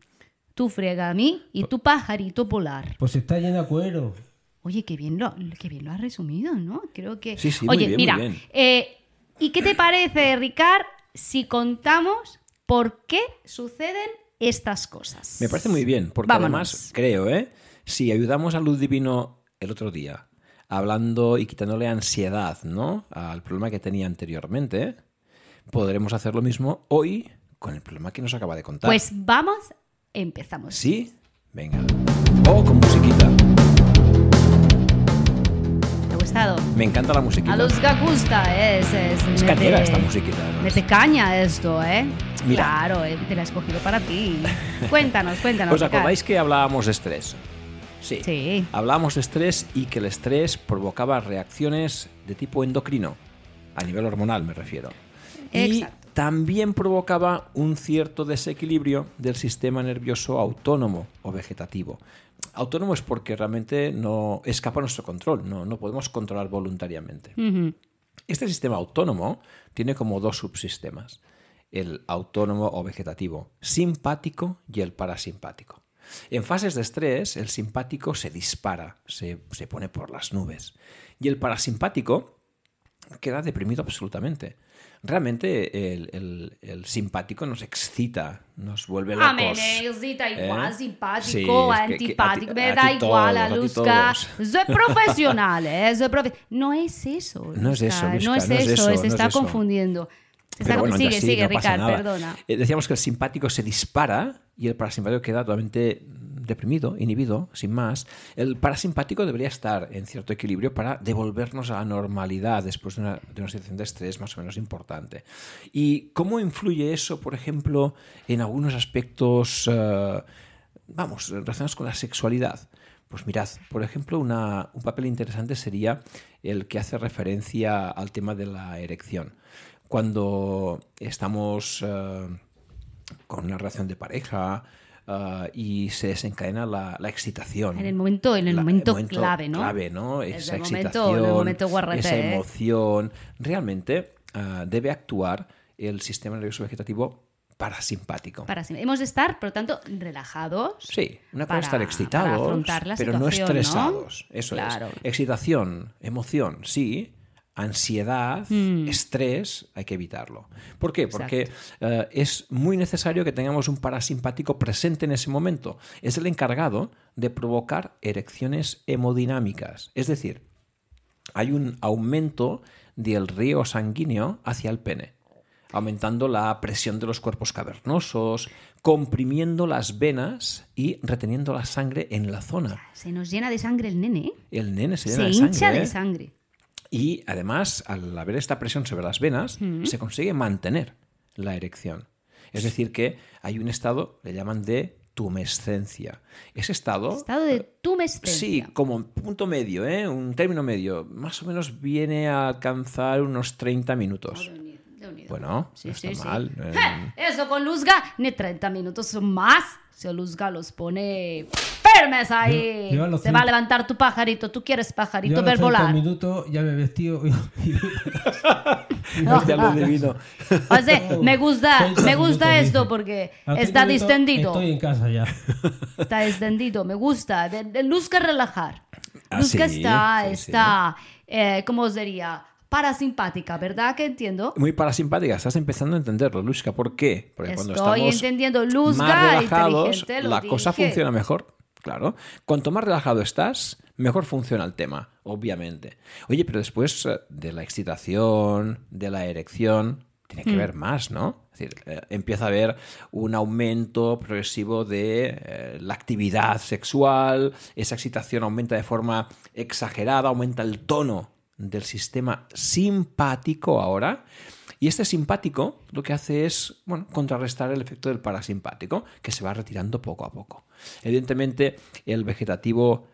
Speaker 1: Tú friegas a mí y tu pajarito polar.
Speaker 3: Pues está lleno de cuero.
Speaker 1: Oye, qué bien lo, qué bien lo has resumido, ¿no? Creo que.
Speaker 2: Sí, sí, muy
Speaker 1: Oye,
Speaker 2: bien, muy
Speaker 1: mira.
Speaker 2: bien.
Speaker 1: eh, ¿Y qué te parece, Ricard, si contamos por qué suceden estas cosas?
Speaker 2: Me parece muy bien, porque
Speaker 1: Vámonos.
Speaker 2: además creo, ¿eh? Si ayudamos a Luz Divino el otro día, hablando y quitándole ansiedad, ¿no? Al problema que tenía anteriormente, podremos hacer lo mismo hoy con el problema que nos acaba de contar.
Speaker 1: Pues vamos, empezamos.
Speaker 2: ¿Sí? Venga. Oh, con musiquita.
Speaker 1: ¿Te ha gustado?
Speaker 2: Me encanta la
Speaker 1: A
Speaker 2: musiquita.
Speaker 1: los que gusta, eh, es, es,
Speaker 2: Es
Speaker 1: mete-
Speaker 2: cañera esta musiquita. además.
Speaker 1: Mete caña esto, ¿eh?
Speaker 2: Mira.
Speaker 1: Claro, eh, te la has cogido para ti. Cuéntanos, cuéntanos.
Speaker 2: ¿Os
Speaker 1: Ricardo.
Speaker 2: acordáis que hablábamos de estrés? Sí.
Speaker 1: Sí.
Speaker 2: Hablábamos de estrés y que el estrés provocaba reacciones de tipo endocrino, a nivel hormonal me refiero.
Speaker 1: Exacto.
Speaker 2: Y también provocaba un cierto desequilibrio del sistema nervioso autónomo o vegetativo. Autónomo es porque realmente no escapa a nuestro control, no, no podemos controlar voluntariamente.
Speaker 1: Ujú.
Speaker 2: Este sistema autónomo tiene como dos subsistemas, el autónomo o vegetativo simpático y el parasimpático. En fases de estrés, el simpático se dispara, se, se pone por las nubes, y el parasimpático queda deprimido absolutamente. Realmente el, el- el simpático nos excita, nos vuelve locos.
Speaker 1: Ah, me necesita igual,
Speaker 2: ¿Eh? Sí, es
Speaker 1: simpático,
Speaker 2: que-
Speaker 1: antipático,
Speaker 2: que
Speaker 1: me
Speaker 2: a ti- a
Speaker 1: da
Speaker 2: ti
Speaker 1: igual a
Speaker 2: todos, a ti
Speaker 1: Luzca.
Speaker 2: todos.
Speaker 1: Soy profesional, ¿eh? Soy profe- No es eso.
Speaker 2: No es eso,
Speaker 1: Luzca, no
Speaker 2: Luzca,
Speaker 1: es eso,
Speaker 2: no
Speaker 1: se
Speaker 2: es
Speaker 1: está
Speaker 2: eso.
Speaker 1: confundiendo. Se está-
Speaker 2: Pero bueno,
Speaker 1: sigue,
Speaker 2: ya sí,
Speaker 1: sigue,
Speaker 2: no pasa
Speaker 1: Ricard,
Speaker 2: nada.
Speaker 1: perdona.
Speaker 2: Eh, decíamos que el simpático se dispara y el parasimpático queda totalmente deprimido, inhibido, sin más. El parasimpático debería estar en cierto equilibrio para devolvernos a la normalidad después de una, de una situación de estrés más o menos importante. ¿Y cómo influye eso, por ejemplo, en algunos aspectos, eh, vamos, relacionados con la sexualidad? Pues mirad, por ejemplo, una- un papel interesante sería el que hace referencia al tema de la erección. Cuando estamos eh, con una relación de pareja eh, y se desencadena la, la excitación.
Speaker 1: En el momento, en el
Speaker 2: La-
Speaker 1: momento, clave, ¿no?
Speaker 2: Clave, ¿no?
Speaker 1: Es
Speaker 2: Esa
Speaker 1: el momento- en el
Speaker 2: excitación,
Speaker 1: momento guarrete,
Speaker 2: esa
Speaker 1: ¿eh?
Speaker 2: emoción. Realmente ah, debe actuar el sistema nervioso vegetativo parasimpático.
Speaker 1: Para siempre. Hemos de estar, por lo tanto, relajados.
Speaker 2: Sí, una
Speaker 1: para-
Speaker 2: cosa es estar
Speaker 1: para
Speaker 2: excitados,
Speaker 1: afrontar la
Speaker 2: pero no
Speaker 1: situación,
Speaker 2: estresados. Eso
Speaker 1: Claro.
Speaker 2: es. Excitación, emoción, sí. ansiedad,
Speaker 1: Mm.
Speaker 2: estrés, hay que evitarlo. ¿Por qué? Porque eh, es muy necesario que tengamos un parasimpático presente en ese momento. Es el encargado de provocar erecciones hemodinámicas. Es decir, hay un aumento del río sanguíneo hacia el pene, aumentando la presión de los cuerpos cavernosos, comprimiendo las venas y reteniendo la sangre en la zona.
Speaker 1: Se nos llena de sangre el nene, ¿eh?
Speaker 2: El nene se
Speaker 1: Se
Speaker 2: llena de
Speaker 1: hincha
Speaker 2: sangre.
Speaker 1: de
Speaker 2: ¿eh?
Speaker 1: sangre.
Speaker 2: Y además, al haber esta presión sobre las venas,
Speaker 1: Mm.
Speaker 2: se consigue mantener la erección. Es decir, que hay un estado, le llaman de tumescencia. Ese estado.
Speaker 1: Estado de
Speaker 2: Sí,
Speaker 1: tumescencia.
Speaker 2: como punto medio, ¿eh? un término medio. Más o menos viene a alcanzar unos 30 minutos. Bueno,
Speaker 1: Sí,
Speaker 2: no
Speaker 1: sí,
Speaker 2: está
Speaker 1: sí.
Speaker 2: mal. eh,
Speaker 1: Eso con Luzga, ni 30 minutos más. Se Luzga los pone firmes ahí.
Speaker 3: Yo- yo a los
Speaker 1: Se va a
Speaker 3: 30
Speaker 1: levantar tu pajarito. Tú quieres
Speaker 3: Yo a
Speaker 1: pajarito
Speaker 3: los
Speaker 1: ver
Speaker 3: 30
Speaker 1: volar.
Speaker 3: minutos ya me he vestido. y-
Speaker 2: ya lo adivino.
Speaker 1: O sea, me gusta,
Speaker 3: 30
Speaker 1: me gusta
Speaker 3: minutos,
Speaker 1: esto
Speaker 3: dice.
Speaker 1: porque
Speaker 3: A los 30
Speaker 1: está
Speaker 3: minutos
Speaker 1: distendido.
Speaker 3: Estoy en casa ya.
Speaker 1: Está extendido, me gusta. De, de Luzca relajar.
Speaker 2: Ah,
Speaker 1: Luzca
Speaker 2: sí,
Speaker 1: está,
Speaker 2: sí, sí.
Speaker 1: está, eh, ¿cómo os diría? Parasimpática, ¿verdad? Que entiendo.
Speaker 2: Muy parasimpática, estás empezando a entenderlo, Lushka. ¿Por qué? Porque
Speaker 1: Estoy entendiendo, Luzga,
Speaker 2: más relajados,
Speaker 1: inteligente, lo
Speaker 2: la cosa
Speaker 1: dije.
Speaker 2: funciona mejor. Claro. Cuanto más relajado estás, mejor funciona el tema, obviamente. Oye, pero después eh, de la excitación, de la erección, tiene
Speaker 1: Mm.
Speaker 2: que ver más, ¿no? Es decir, eh, empieza a haber un aumento progresivo de eh, la actividad sexual, esa excitación aumenta de forma exagerada, aumenta el tono del sistema simpático ahora. Y este simpático lo que hace es bueno, contrarrestar el efecto del parasimpático, que se va retirando poco a poco. Evidentemente, el vegetativo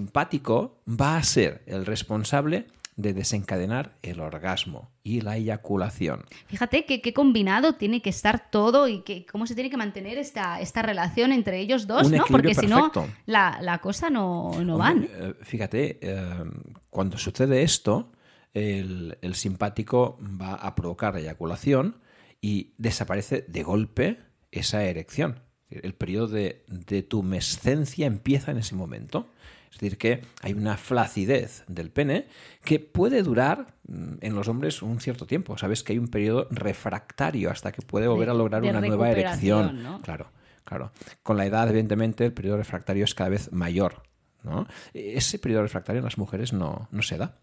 Speaker 2: simpático va a ser el responsable de desencadenar el orgasmo y la eyaculación.
Speaker 1: Fíjate que, qué combinado tiene que estar todo y que, cómo se tiene que mantener esta, esta relación entre ellos dos,
Speaker 2: Un
Speaker 1: ¿no? Porque
Speaker 2: equilibrio
Speaker 1: si no,
Speaker 2: perfecto.
Speaker 1: la, la cosa no, no van.
Speaker 2: Hombre, eh, Fíjate, eh, cuando sucede esto, el, el simpático va a provocar eyaculación y desaparece de golpe esa erección. El periodo de, de tumescencia empieza en ese momento. Es decir, que hay una flacidez del pene que puede durar mm, en los hombres un cierto tiempo. Sabes que hay un periodo refractario hasta que puede volver a lograr
Speaker 1: de
Speaker 2: una nueva
Speaker 1: recuperación,
Speaker 2: erección.
Speaker 1: ¿no?
Speaker 2: Claro, claro. Con la edad, evidentemente, el periodo refractario es cada vez mayor. ¿no? Ese periodo refractario en las mujeres no, no se da.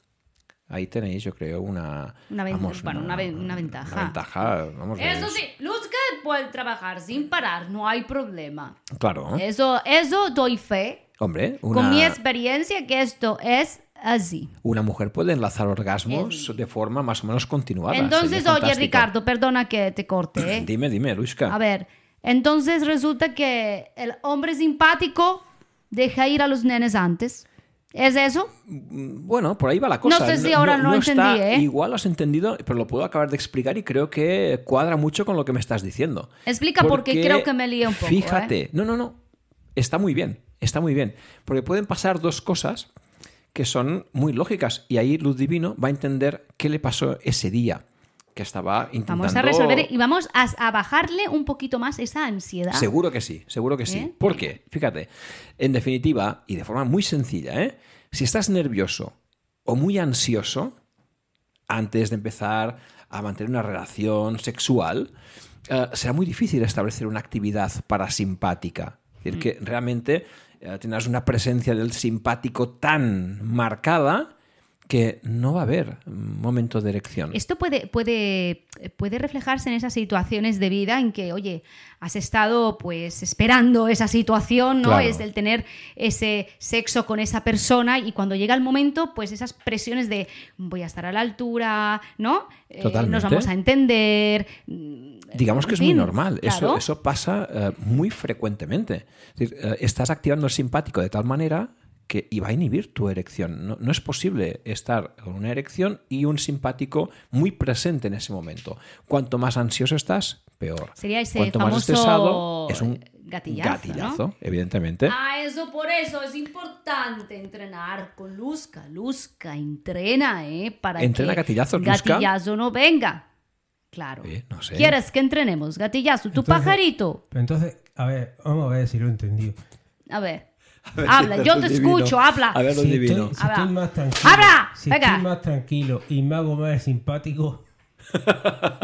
Speaker 2: Ahí tenéis, yo creo, una,
Speaker 1: Una ven- bueno, una ven- una ventaja.
Speaker 2: Una ventaja, vamos
Speaker 1: Eso
Speaker 2: es-
Speaker 1: sí, Luzca puede trabajar sin parar, no hay problema.
Speaker 2: Claro. ¿eh?
Speaker 1: Eso, eso doy fe.
Speaker 2: Hombre, ¿Ah? una,
Speaker 1: Eh, Con mi experiencia que esto es así.
Speaker 2: una mujer puede enlazar orgasmos
Speaker 1: Es-
Speaker 2: de forma más o menos continuada.
Speaker 1: Entonces,
Speaker 2: Sería
Speaker 1: oye,
Speaker 2: fantástico.
Speaker 1: Ricardo, perdona que te corte. ¿eh?
Speaker 2: Dime, dime, Luisca.
Speaker 1: A ver, entonces resulta que el hombre simpático deja ir a los nenes antes. ¿Es eso?
Speaker 2: Bueno, por ahí va la cosa.
Speaker 1: sé si ahora lo
Speaker 2: está-
Speaker 1: entendí, ¿eh?
Speaker 2: Igual lo has entendido, pero lo puedo acabar de explicar y creo que cuadra mucho con lo que me estás diciendo.
Speaker 1: Explica porque creo que me lío un poco, ¿eh?
Speaker 2: Fíjate, no, no, no. Está muy bien, está muy bien. Porque pueden pasar dos cosas que son muy lógicas y ahí Luz Divino va a entender qué le pasó ese día que estaba intentando.
Speaker 1: Vamos a resolver y vamos a, a bajarle un poquito más esa ansiedad.
Speaker 2: Seguro que sí, seguro que sí.
Speaker 1: ¿Eh?
Speaker 2: ¿Por qué? Fíjate, en definitiva, y de forma muy sencilla, ¿eh? si estás nervioso o muy ansioso antes de empezar a mantener una relación sexual, eh, será muy difícil establecer una actividad parasimpática. Es decir, que realmente eh, tendrás una presencia del simpático tan marcada que no va a haber mm, momento de erección.
Speaker 1: Esto puede, puede, puede reflejarse en esas situaciones de vida en que, oye, has estado pues esperando esa situación, ¿no?
Speaker 2: Claro.
Speaker 1: Es el tener ese sexo con esa persona y cuando llega el momento, pues esas presiones de voy a estar a la altura, ¿no? Eh, nos
Speaker 2: Totalmente.
Speaker 1: vamos a entender. mm,
Speaker 2: Digamos que
Speaker 1: en
Speaker 2: es muy
Speaker 1: fin,
Speaker 2: normal. Eso,
Speaker 1: claro.
Speaker 2: eso pasa eh, muy frecuentemente. Es decir, eh, estás activando el simpático de tal manera que y va a inhibir tu erección. No, no es posible estar con una erección y un simpático muy presente en ese momento. Cuanto más ansioso estás, peor.
Speaker 1: Sería ese
Speaker 2: Cuanto más
Speaker 1: famoso
Speaker 2: estresado, es un
Speaker 1: gatillazo,
Speaker 2: gatillazo,
Speaker 1: ¿no?
Speaker 2: evidentemente.
Speaker 1: Ah, eso por eso es importante entrenar con Luzca. Luzca, entrena, ¿eh? Para
Speaker 2: Entrena
Speaker 1: que
Speaker 2: gatillazos, Luzca.
Speaker 1: gatillazo no venga. Claro.
Speaker 2: Oye, no sé.
Speaker 1: ¿Quieres que entrenemos? Gatillazo, tu
Speaker 3: Entonces-
Speaker 1: pajarito.
Speaker 3: Pero entonces, a ver, vamos a ver si lo he entendido.
Speaker 1: A ver.
Speaker 2: ver,
Speaker 1: Habla,
Speaker 2: si
Speaker 1: yo
Speaker 2: lo
Speaker 1: te
Speaker 2: adivino.
Speaker 1: escucho, habla.
Speaker 2: A ver, lo
Speaker 3: si
Speaker 2: divino.
Speaker 3: Estoy, si
Speaker 1: Habla.
Speaker 3: estoy más tranquilo,
Speaker 1: Habla,
Speaker 3: si
Speaker 1: venga.
Speaker 3: estoy más tranquilo y me hago más simpático,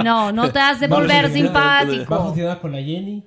Speaker 1: No, no te has de
Speaker 3: Va a
Speaker 1: volver
Speaker 2: funcionar,
Speaker 3: va a
Speaker 1: simpático.
Speaker 3: funcionar con la Jenny.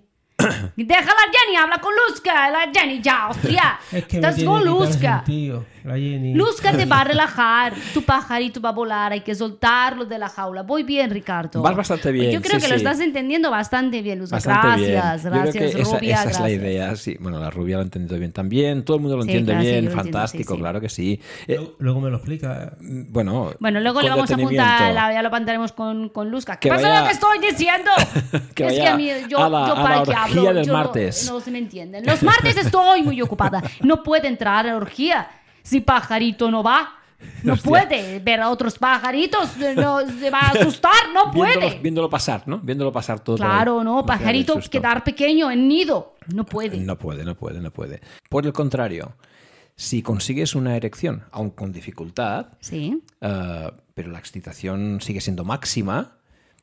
Speaker 1: Deja la Jenny, habla con Luzca. La Jenny, ya, hostia.
Speaker 3: Es que
Speaker 1: Estás
Speaker 3: me
Speaker 1: con
Speaker 3: tiene que quitar
Speaker 1: Luzca.
Speaker 3: sentido, la Jenny.
Speaker 1: Luzca te va a relajar. Tu pajarito va a volar. Hay que soltarlo de la jaula. Voy bien, Ricardo.
Speaker 2: Vas bastante bien,
Speaker 1: Yo creo
Speaker 2: sí,
Speaker 1: que lo
Speaker 2: sí.
Speaker 1: estás entendiendo bastante bien, Luzca.
Speaker 2: Bastante bien.
Speaker 1: gracias,
Speaker 2: Yo creo
Speaker 1: gracias,
Speaker 2: que esa,
Speaker 1: Rubia.
Speaker 2: esa es la
Speaker 1: gracias.
Speaker 2: idea, sí. Bueno, la rubia lo ha entendido bien también, todo el mundo lo
Speaker 1: Sí,
Speaker 2: entiende
Speaker 1: claro, sí,
Speaker 2: bien,
Speaker 1: yo lo entiendo,
Speaker 2: fantástico,
Speaker 1: sí, sí.
Speaker 2: claro que sí. Eh,
Speaker 3: Luego- Luego me lo explica.
Speaker 2: mm, bueno,
Speaker 1: Bueno, luego le
Speaker 2: con
Speaker 1: vamos a apuntar,
Speaker 2: detenimiento.
Speaker 1: la- ya lo apuntaremos con, con Luzca. ¿Qué
Speaker 2: Que
Speaker 1: pasa
Speaker 2: vaya-
Speaker 1: lo que estoy diciendo?
Speaker 2: Que
Speaker 1: es que
Speaker 2: vaya
Speaker 1: a mí, yo,
Speaker 2: a la-
Speaker 1: yo
Speaker 2: a la
Speaker 1: para que
Speaker 2: orgía
Speaker 1: hablo,
Speaker 2: del
Speaker 1: yo no-
Speaker 2: martes.
Speaker 1: No, se me entienden. Los martes estoy muy ocupada. No puede entrar a la orgía si pajarito no va. No
Speaker 2: Hostia.
Speaker 1: puede ver a otros pajaritos, eh, no, se va a asustar, no puede.
Speaker 2: Viéndolo, viéndolo pasar, ¿no? Viéndolo pasar todo. por ahí.
Speaker 1: Claro, no,
Speaker 2: se da el
Speaker 1: pajarito
Speaker 2: susto.
Speaker 1: quedar pequeño en nido, no puede.
Speaker 2: No puede, no puede, no puede. Por el contrario, si consigues una erección, aun con dificultad,
Speaker 1: Sí.
Speaker 2: eh, pero la excitación sigue siendo máxima,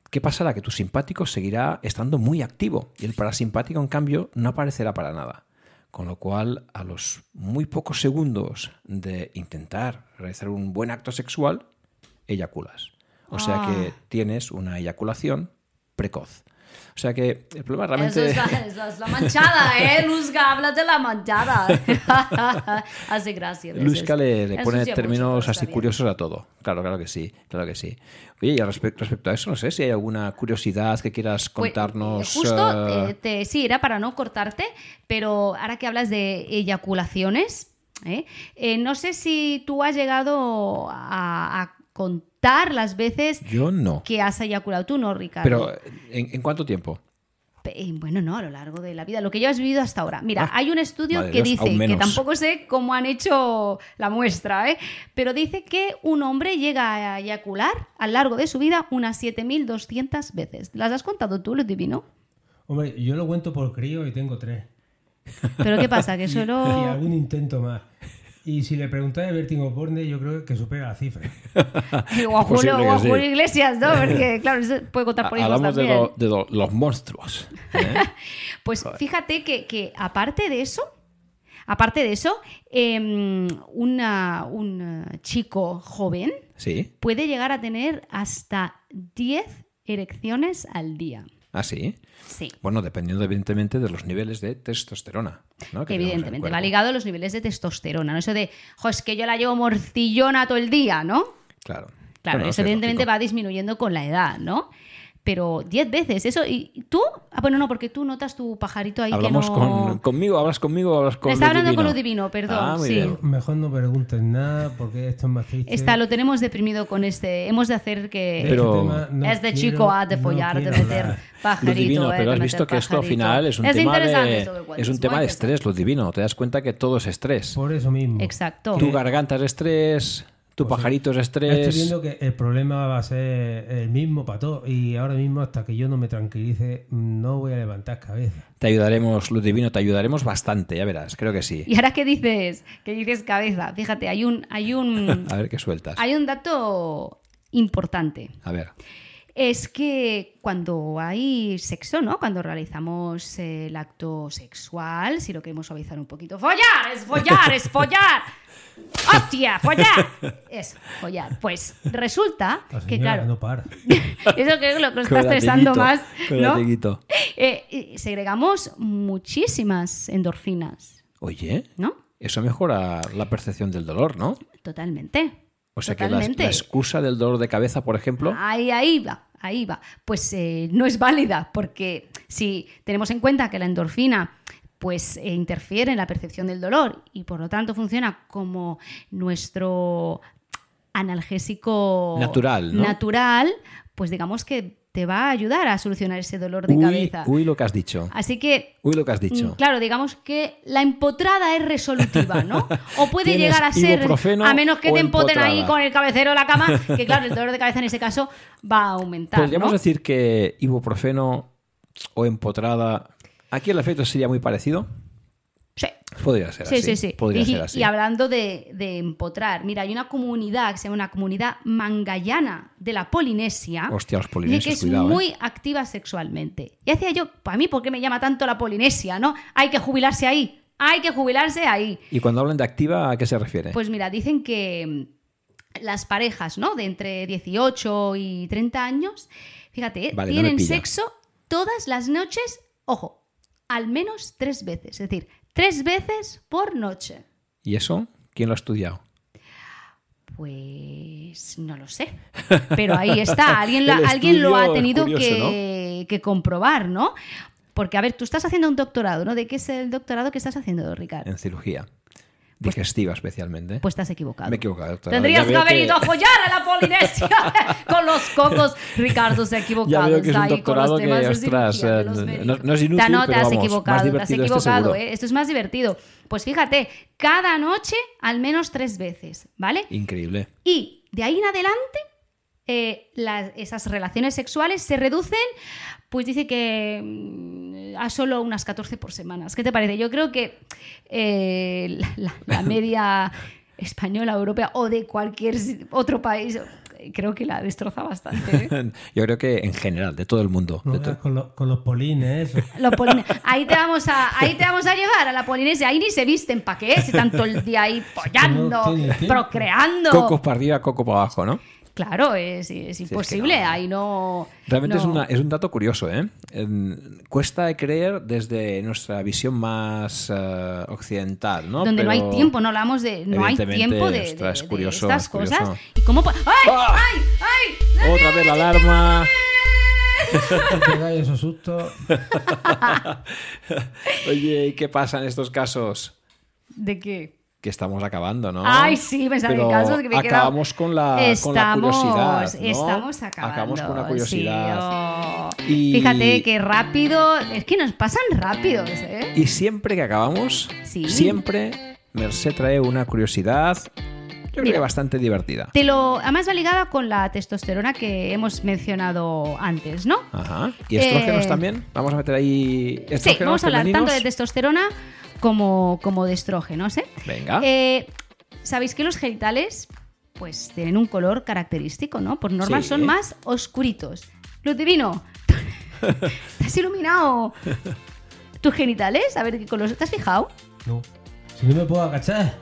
Speaker 2: ¿qué pasará? Que tu simpático seguirá estando muy activo y el parasimpático, en cambio, no aparecerá para nada. Con lo cual, a los muy pocos segundos de intentar realizar un buen acto sexual, eyaculas. O sea
Speaker 1: Ah.
Speaker 2: que tienes una eyaculación precoz. O sea que el problema
Speaker 1: Eso
Speaker 2: realmente...
Speaker 1: es, la, esa es la manchada, ¿eh? Luzca, habla de la manchada. Hace gracia. a veces.
Speaker 2: Luisca le, le
Speaker 1: Ensucia
Speaker 2: pone
Speaker 1: mucho,
Speaker 2: términos
Speaker 1: pero está
Speaker 2: así
Speaker 1: bien.
Speaker 2: curiosos a todo. Claro, claro que sí, claro que sí. Oye, y al respe- respecto a eso, no sé si hay alguna curiosidad que quieras
Speaker 1: Pues,
Speaker 2: contarnos.
Speaker 1: eh, Justo,
Speaker 2: eh,
Speaker 1: eh, te- sí, era para no cortarte, pero ahora que hablas de eyaculaciones, ¿eh? Eh, no sé si tú has llegado a, a contar las veces
Speaker 2: Yo no.
Speaker 1: que has eyaculado. Tú no, Ricardo.
Speaker 2: Pero, ¿en, en cuánto tiempo?
Speaker 1: Eh, Bueno, no, a lo largo de la vida, lo que yo has vivido hasta ahora. Mira,
Speaker 2: Ah,
Speaker 1: hay un estudio
Speaker 2: madre
Speaker 1: que
Speaker 2: Dios, aún
Speaker 1: dice, que
Speaker 2: menos.
Speaker 1: tampoco sé cómo han hecho la muestra, ¿eh? pero dice que un hombre llega a eyacular a lo largo de su vida unas 7.200 veces. ¿Las has contado tú, lo divino?
Speaker 3: Hombre, yo lo cuento por crío y tengo tres.
Speaker 1: ¿Pero qué pasa? Que
Speaker 3: Y
Speaker 1: solo...
Speaker 3: algún intento más. Y si le preguntáis a Bertín Osborne, yo creo que supera la cifra.
Speaker 1: O a Julio,
Speaker 2: Posible que
Speaker 1: o a
Speaker 2: sí.
Speaker 1: Julio Iglesias, ¿no? Porque, claro, eso puede contar por
Speaker 2: Ha-
Speaker 1: ellos
Speaker 2: Hablamos de,
Speaker 1: también.
Speaker 2: lo- de lo- los monstruos. ¿eh?
Speaker 1: Pues fíjate que, que aparte de eso, aparte de eso, em, una- un eh, chico joven
Speaker 2: ¿Sí?
Speaker 1: puede llegar a tener hasta 10 erecciones al día.
Speaker 2: ¿Así?
Speaker 1: Sí.
Speaker 2: ¿Ah, Bueno, dependiendo evidentemente de los niveles de testosterona. ¿no? que tenemos en el
Speaker 1: Evidentemente, va
Speaker 2: cuerpo.
Speaker 1: ligado a los niveles de testosterona, ¿no? Eso de, jo, es que yo la llevo morcillona todo el día, ¿no?
Speaker 2: Claro.
Speaker 1: Claro,
Speaker 2: Bueno,
Speaker 1: eso
Speaker 2: es
Speaker 1: evidentemente
Speaker 2: lógico.
Speaker 1: va disminuyendo con la edad, ¿no? Pero 10 veces, eso. ¿Y y tú? Ah, bueno, no, porque tú notas tu pajarito ahí
Speaker 2: Hablamos
Speaker 1: que no...
Speaker 2: con, conmigo, hablas conmigo, hablas con.
Speaker 1: Está
Speaker 2: lo
Speaker 1: hablando con lo divino, perdón,
Speaker 2: Ah, muy
Speaker 1: sí.
Speaker 2: bien.
Speaker 3: Mejor no preguntes nada porque esto es más triste.
Speaker 1: Está, lo tenemos deprimido con este. Hemos de hacer que.
Speaker 3: De este
Speaker 2: Pero-
Speaker 3: tema no
Speaker 1: es de
Speaker 3: quiero-
Speaker 1: chico, ah, de
Speaker 3: no
Speaker 1: follar, de
Speaker 3: quiero
Speaker 1: meter
Speaker 3: hablar.
Speaker 1: pajarito.
Speaker 2: lo divino,
Speaker 1: eh,
Speaker 2: pero
Speaker 1: de
Speaker 2: has
Speaker 1: meter
Speaker 2: visto que esto al
Speaker 1: pajarito.
Speaker 2: final es un tema
Speaker 1: interesante
Speaker 2: de,
Speaker 1: esto que cuentas,
Speaker 2: es un
Speaker 1: muy
Speaker 2: tema de
Speaker 1: interesante.
Speaker 2: estrés, lo divino. Te das cuenta que todo es estrés.
Speaker 3: Por eso mismo.
Speaker 1: Exacto.
Speaker 2: Tu garganta es estrés, tu pajarito es
Speaker 3: Pues Estoy
Speaker 2: estrés.
Speaker 3: viendo que el problema va a ser el mismo para todos. Y ahora mismo, hasta que yo no me tranquilice, no voy a levantar cabeza.
Speaker 2: Te ayudaremos, lo divino, te ayudaremos bastante, ya verás, creo que sí.
Speaker 1: Y ahora que dices, que dices cabeza, fíjate, hay un, hay un,
Speaker 2: A ver qué sueltas.
Speaker 1: hay un dato importante.
Speaker 2: A ver,
Speaker 1: Es que cuando hay sexo, ¿no? Cuando realizamos eh, el acto sexual, si lo queremos suavizar un poquito, follar, es follar, es follar. ¡Hostia, follar! Es follar. Pues resulta
Speaker 3: La
Speaker 1: que,
Speaker 3: señora
Speaker 1: claro,
Speaker 3: no para.
Speaker 1: eso creo que es lo que nos está
Speaker 2: Con el
Speaker 1: estresando
Speaker 2: latiguito,
Speaker 1: más,
Speaker 2: con el
Speaker 1: ¿no?
Speaker 2: latiguito.
Speaker 1: Eh, y segregamos muchísimas endorfinas,
Speaker 2: Oye,
Speaker 1: ¿no?
Speaker 2: eso mejora la percepción del dolor, ¿no?
Speaker 1: Totalmente.
Speaker 2: O sea que
Speaker 1: Totalmente. Ah,
Speaker 2: la- la, excusa del dolor de cabeza, por ejemplo,
Speaker 1: Ahí, ahí va, ahí va. Pues eh, no es válida, porque si tenemos en cuenta que la endorfina pues eh, interfiere en la percepción del dolor y por lo tanto funciona como nuestro analgésico
Speaker 2: Natural, ¿no?
Speaker 1: natural, pues digamos que te va a ayudar a solucionar ese dolor de
Speaker 2: uy,
Speaker 1: cabeza.
Speaker 2: uy lo que has dicho.
Speaker 1: Así que
Speaker 2: Uy lo que has
Speaker 1: Mm,
Speaker 2: dicho.
Speaker 1: Claro, digamos que la empotrada es resolutiva, ¿no? O puede
Speaker 2: Tienes
Speaker 1: llegar a ser,
Speaker 2: ibuprofeno
Speaker 1: a menos que
Speaker 2: o
Speaker 1: te empoten
Speaker 2: empotrada.
Speaker 1: ahí con el cabecero de la cama, que claro, el dolor de cabeza en ese caso va a aumentar.
Speaker 2: Podríamos
Speaker 1: ¿no?
Speaker 2: decir que ibuprofeno o empotrada. Aquí el efecto sería muy parecido.
Speaker 1: Sí.
Speaker 2: Podría ser
Speaker 1: Sí,
Speaker 2: así.
Speaker 1: sí, sí.
Speaker 2: Podría
Speaker 1: y,
Speaker 2: ser así.
Speaker 1: y hablando de, de empotrar, mira, hay una comunidad que se llama una comunidad mangayana de la Polinesia.
Speaker 2: Hostia, los
Speaker 1: Dice
Speaker 2: polinesios,
Speaker 1: que es
Speaker 2: cuidado. ¿eh?
Speaker 1: muy activa sexualmente. Y hacía yo, para mí, ¿por qué me llama tanto la Polinesia? ¿No? Hay que jubilarse ahí. Hay que jubilarse ahí.
Speaker 2: Y cuando hablan de activa, ¿a qué se refiere?
Speaker 1: Pues mira, dicen que mm, las parejas, ¿no? De entre 18 y 30 años, fíjate, eh,
Speaker 2: Vale, no me
Speaker 1: tienen
Speaker 2: pilla.
Speaker 1: sexo todas las noches, ojo, al menos tres veces, es decir, tres veces por noche.
Speaker 2: ¿Y eso? ¿Quién lo ha estudiado?
Speaker 1: Pues no lo sé. Pero ahí está. Alguien, la-
Speaker 2: El
Speaker 1: alguien lo ha
Speaker 2: estudio es
Speaker 1: tenido
Speaker 2: curioso,
Speaker 1: que, que comprobar, ¿no? Porque, a ver, tú estás haciendo un doctorado, ¿no? ¿De qué es el doctorado que estás haciendo, Ricardo?
Speaker 2: En cirugía. Digestiva especialmente.
Speaker 1: Pues estás equivocado.
Speaker 2: Me he equivocado. doctora.
Speaker 1: Tendrías
Speaker 2: Ya
Speaker 1: que
Speaker 2: veo
Speaker 1: haber ido a follar a la Polinesia con los cocos. Ricardo se ha equivocado.
Speaker 2: Ya veo que es
Speaker 1: está
Speaker 2: un
Speaker 1: ahí con los
Speaker 2: doctorado que,
Speaker 1: temas de
Speaker 2: ostras,
Speaker 1: cirugía, de
Speaker 2: eh,
Speaker 1: los
Speaker 2: no-
Speaker 1: médicos.
Speaker 2: no es inútil,
Speaker 1: Ta- no, te
Speaker 2: pero
Speaker 1: has
Speaker 2: vamos, más
Speaker 1: equivocado, te has
Speaker 2: divertido este
Speaker 1: equivocado.
Speaker 2: seguro.
Speaker 1: ¿eh? Esto es más divertido. Pues fíjate, cada noche al menos tres veces, ¿vale?
Speaker 2: Increíble.
Speaker 1: Y de ahí en adelante, eh, las- esas relaciones sexuales se reducen, pues dice que mm, a solo unas 14 por semanas. ¿Qué te parece? Yo creo que eh, la, la- la media española, europea o de cualquier si- otro país, eh, creo que la destroza bastante. ¿eh?
Speaker 2: Yo creo que en general, de todo el mundo.
Speaker 3: No
Speaker 2: de
Speaker 3: veas
Speaker 2: to-
Speaker 3: con, lo- con los polines, eso.
Speaker 1: Los polin- ahí, te vamos a, ahí te vamos a llevar a la Polinesia. Ahí ni se visten, ¿para qué? Si tanto el día ahí follando,
Speaker 3: tiene tiempo.
Speaker 1: procreando.
Speaker 2: Cocos para arriba, coco para abajo, ¿no?
Speaker 1: Claro, es, es imposible.
Speaker 2: no.
Speaker 1: Ahí no.
Speaker 2: Realmente es,
Speaker 1: no.
Speaker 2: una- es un dato curioso, ¿eh? Em, Cuesta de creer desde nuestra visión más eh, occidental, ¿no?
Speaker 1: donde no hay
Speaker 2: Pero-
Speaker 1: tiempo, no hablamos de. No hay
Speaker 2: Evidentemente,
Speaker 1: tiempo de, de-
Speaker 2: ostras, es
Speaker 1: de
Speaker 2: curioso,
Speaker 1: estas
Speaker 2: es curioso.
Speaker 1: cosas. ¿Y cómo po- ¡Ay!
Speaker 2: ¡Ah!
Speaker 1: ¡Ay! ¡Ay!
Speaker 2: Otra vez la alarma.
Speaker 3: Te pegáis esos sustos.
Speaker 2: Oye, ¿y qué pasa en estos casos?
Speaker 1: ¿De qué?
Speaker 2: Que estamos acabando, ¿no?
Speaker 1: Ay, sí, me sale
Speaker 2: Pero
Speaker 1: el caso que me he quedado-
Speaker 2: acabamos Ah, con la, con la
Speaker 1: Estamos-
Speaker 2: curiosidad. ¿no?
Speaker 1: Estamos acabando.
Speaker 2: Acabamos con la
Speaker 1: sí,
Speaker 2: curiosidad.
Speaker 1: oh.
Speaker 2: Y-
Speaker 1: Fíjate que rápido. Es que nos pasan rápidos, ¿eh?
Speaker 2: Y siempre que acabamos,
Speaker 1: Sí.
Speaker 2: siempre Merced trae una curiosidad, yo creo
Speaker 1: Mira.
Speaker 2: que bastante divertida.
Speaker 1: Te lo, además va ligada con la testosterona que hemos mencionado antes, ¿no?
Speaker 2: Ajá. ¿Y estrógenos
Speaker 1: Eh,
Speaker 2: también? Vamos a meter ahí estrógenos
Speaker 1: Sí, vamos a hablar tanto de
Speaker 2: femeninos?
Speaker 1: testosterona como, como de estrógenos, ¿eh?
Speaker 2: Venga.
Speaker 1: Eh, ¿Sabéis que los genitales pues tienen un color característico, ¿no? Por norma
Speaker 2: Sí.
Speaker 1: son más oscuritos. Luz divino, ¿te has iluminado tus genitales? A ver qué color... ¿Te has fijado?
Speaker 3: No. Si no me puedo agachar.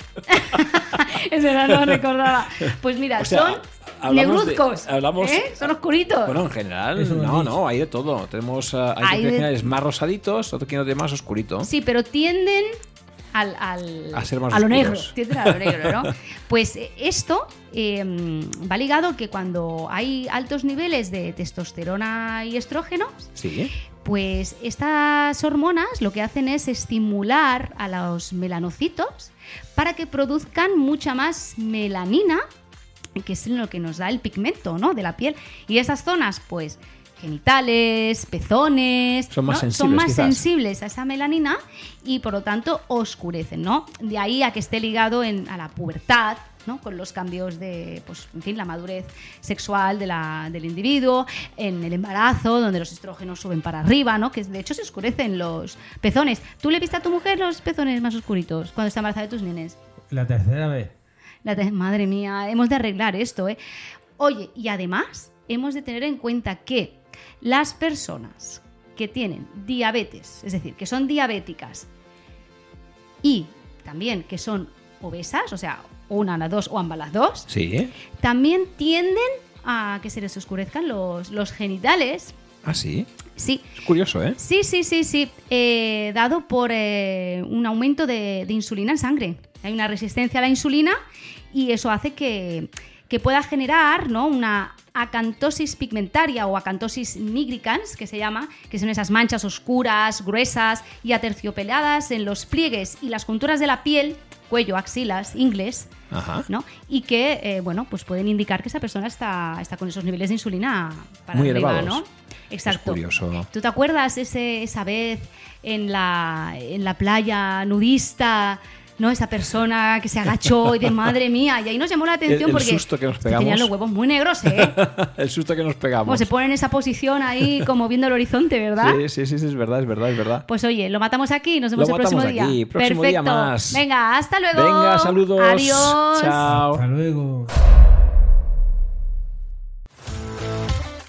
Speaker 1: Es verdad, no recordaba. Pues mira,
Speaker 2: O sea,
Speaker 1: son
Speaker 2: hablamos de-
Speaker 1: negruzcos.
Speaker 2: hablamos-
Speaker 1: ¿eh? Son oscuritos.
Speaker 2: Bueno, en general,
Speaker 3: Eso me han
Speaker 2: no,
Speaker 3: dicho.
Speaker 2: no, hay de todo. Tenemos, eh, hay,
Speaker 1: Hay de-
Speaker 2: genitales más rosaditos, otros genitales más oscurito.
Speaker 1: Sí, pero tienden al, al-
Speaker 2: A ser más
Speaker 1: lo negro.
Speaker 2: oscuros.
Speaker 1: Tienden a lo negro, ¿no? Pues eh, esto eh, va ligado que cuando hay altos niveles de testosterona y estrógenos,
Speaker 2: Sí.
Speaker 1: pues estas hormonas lo que hacen es estimular a los melanocitos para que produzcan mucha más melanina, que es lo que nos da el pigmento ¿no? de la piel. Y esas zonas, pues genitales, pezones,
Speaker 2: Son más
Speaker 1: ¿no?
Speaker 2: sensibles,
Speaker 1: más
Speaker 2: quizás.
Speaker 1: sensibles a esa melanina y por lo tanto oscurecen, ¿no? De ahí a que esté ligado en- a la pubertad, ¿no? Con los cambios de, pues, en fin, la madurez sexual de la- del individuo, en el embarazo, donde los estrógenos suben para arriba, ¿no? Que de hecho se oscurecen los pezones. ¿Tú le viste a tu mujer los pezones más oscuritos cuando está embarazada de tus nenes?
Speaker 3: La tercera vez.
Speaker 1: La te- madre mía, hemos de arreglar esto, ¿eh? Oye, y además hemos de tener en cuenta que las personas que tienen diabetes, es decir, que son diabéticas y también que son obesas, o sea, una a las dos o ambas las dos,
Speaker 2: Sí.
Speaker 1: también tienden a que se les oscurezcan los, los genitales.
Speaker 2: Ah, sí.
Speaker 1: Sí,
Speaker 2: Es curioso, ¿eh?
Speaker 1: sí, sí, sí, sí, eh, dado por eh, un aumento de, de insulina en sangre. Hay una resistencia a la insulina y eso hace que, que pueda generar ¿no? una acantosis pigmentaria o acantosis nigricans, que se llama, que son esas manchas oscuras, gruesas y aterciopeladas en los pliegues y las junturas de la piel, cuello, axilas, ingles,
Speaker 2: Ajá.
Speaker 1: ¿no? Y que, eh, bueno, pues pueden indicar que esa persona está, está con esos niveles de insulina para
Speaker 2: Muy
Speaker 1: arriba,
Speaker 2: elevados.
Speaker 1: ¿no? Exacto.
Speaker 2: Es curioso.
Speaker 1: ¿Tú te acuerdas ese, esa vez en la, en la playa nudista? ¿no? Esa persona que se agachó y de madre mía, y ahí nos llamó la atención
Speaker 2: el
Speaker 1: porque
Speaker 2: susto que nos
Speaker 1: es tenían
Speaker 2: pegamos.
Speaker 1: los huevos muy negros, ¿eh?
Speaker 2: El susto que nos
Speaker 1: Como
Speaker 2: pegamos.
Speaker 1: se pone en esa posición ahí como viendo el horizonte, ¿verdad?
Speaker 2: Sí, sí, sí, sí, es verdad, es verdad, es verdad.
Speaker 1: Pues oye, lo matamos aquí y nos vemos
Speaker 2: Lo
Speaker 1: el próximo
Speaker 2: matamos aquí.
Speaker 1: día.
Speaker 2: Próximo día
Speaker 1: Perfecto.
Speaker 2: más.
Speaker 1: Venga, hasta luego.
Speaker 2: Venga, saludos.
Speaker 1: Adiós.
Speaker 2: Chao.
Speaker 3: Hasta luego.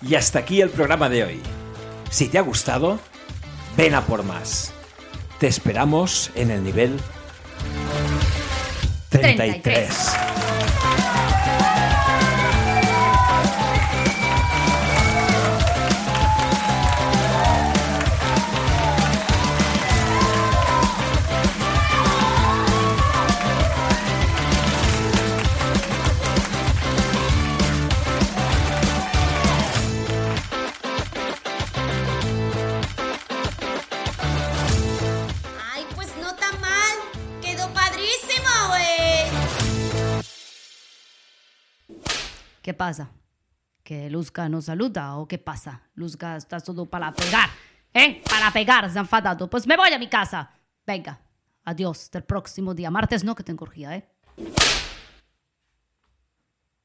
Speaker 2: Y hasta aquí el programa de hoy. Si te ha gustado, ven a por más. Te esperamos en el nivel 33.
Speaker 1: 33.
Speaker 5: Ay, pues no tan mal. Quedó padrísimo, güey.
Speaker 1: ¿Qué pasa? ¿Que Luzca no saluda o qué pasa? Luzca está solo para pegar, ¿eh? Para pegar, zanfadado. Pues me voy a mi casa. Venga, adiós, hasta el próximo día. Martes no, que tengo orgía, ¿eh?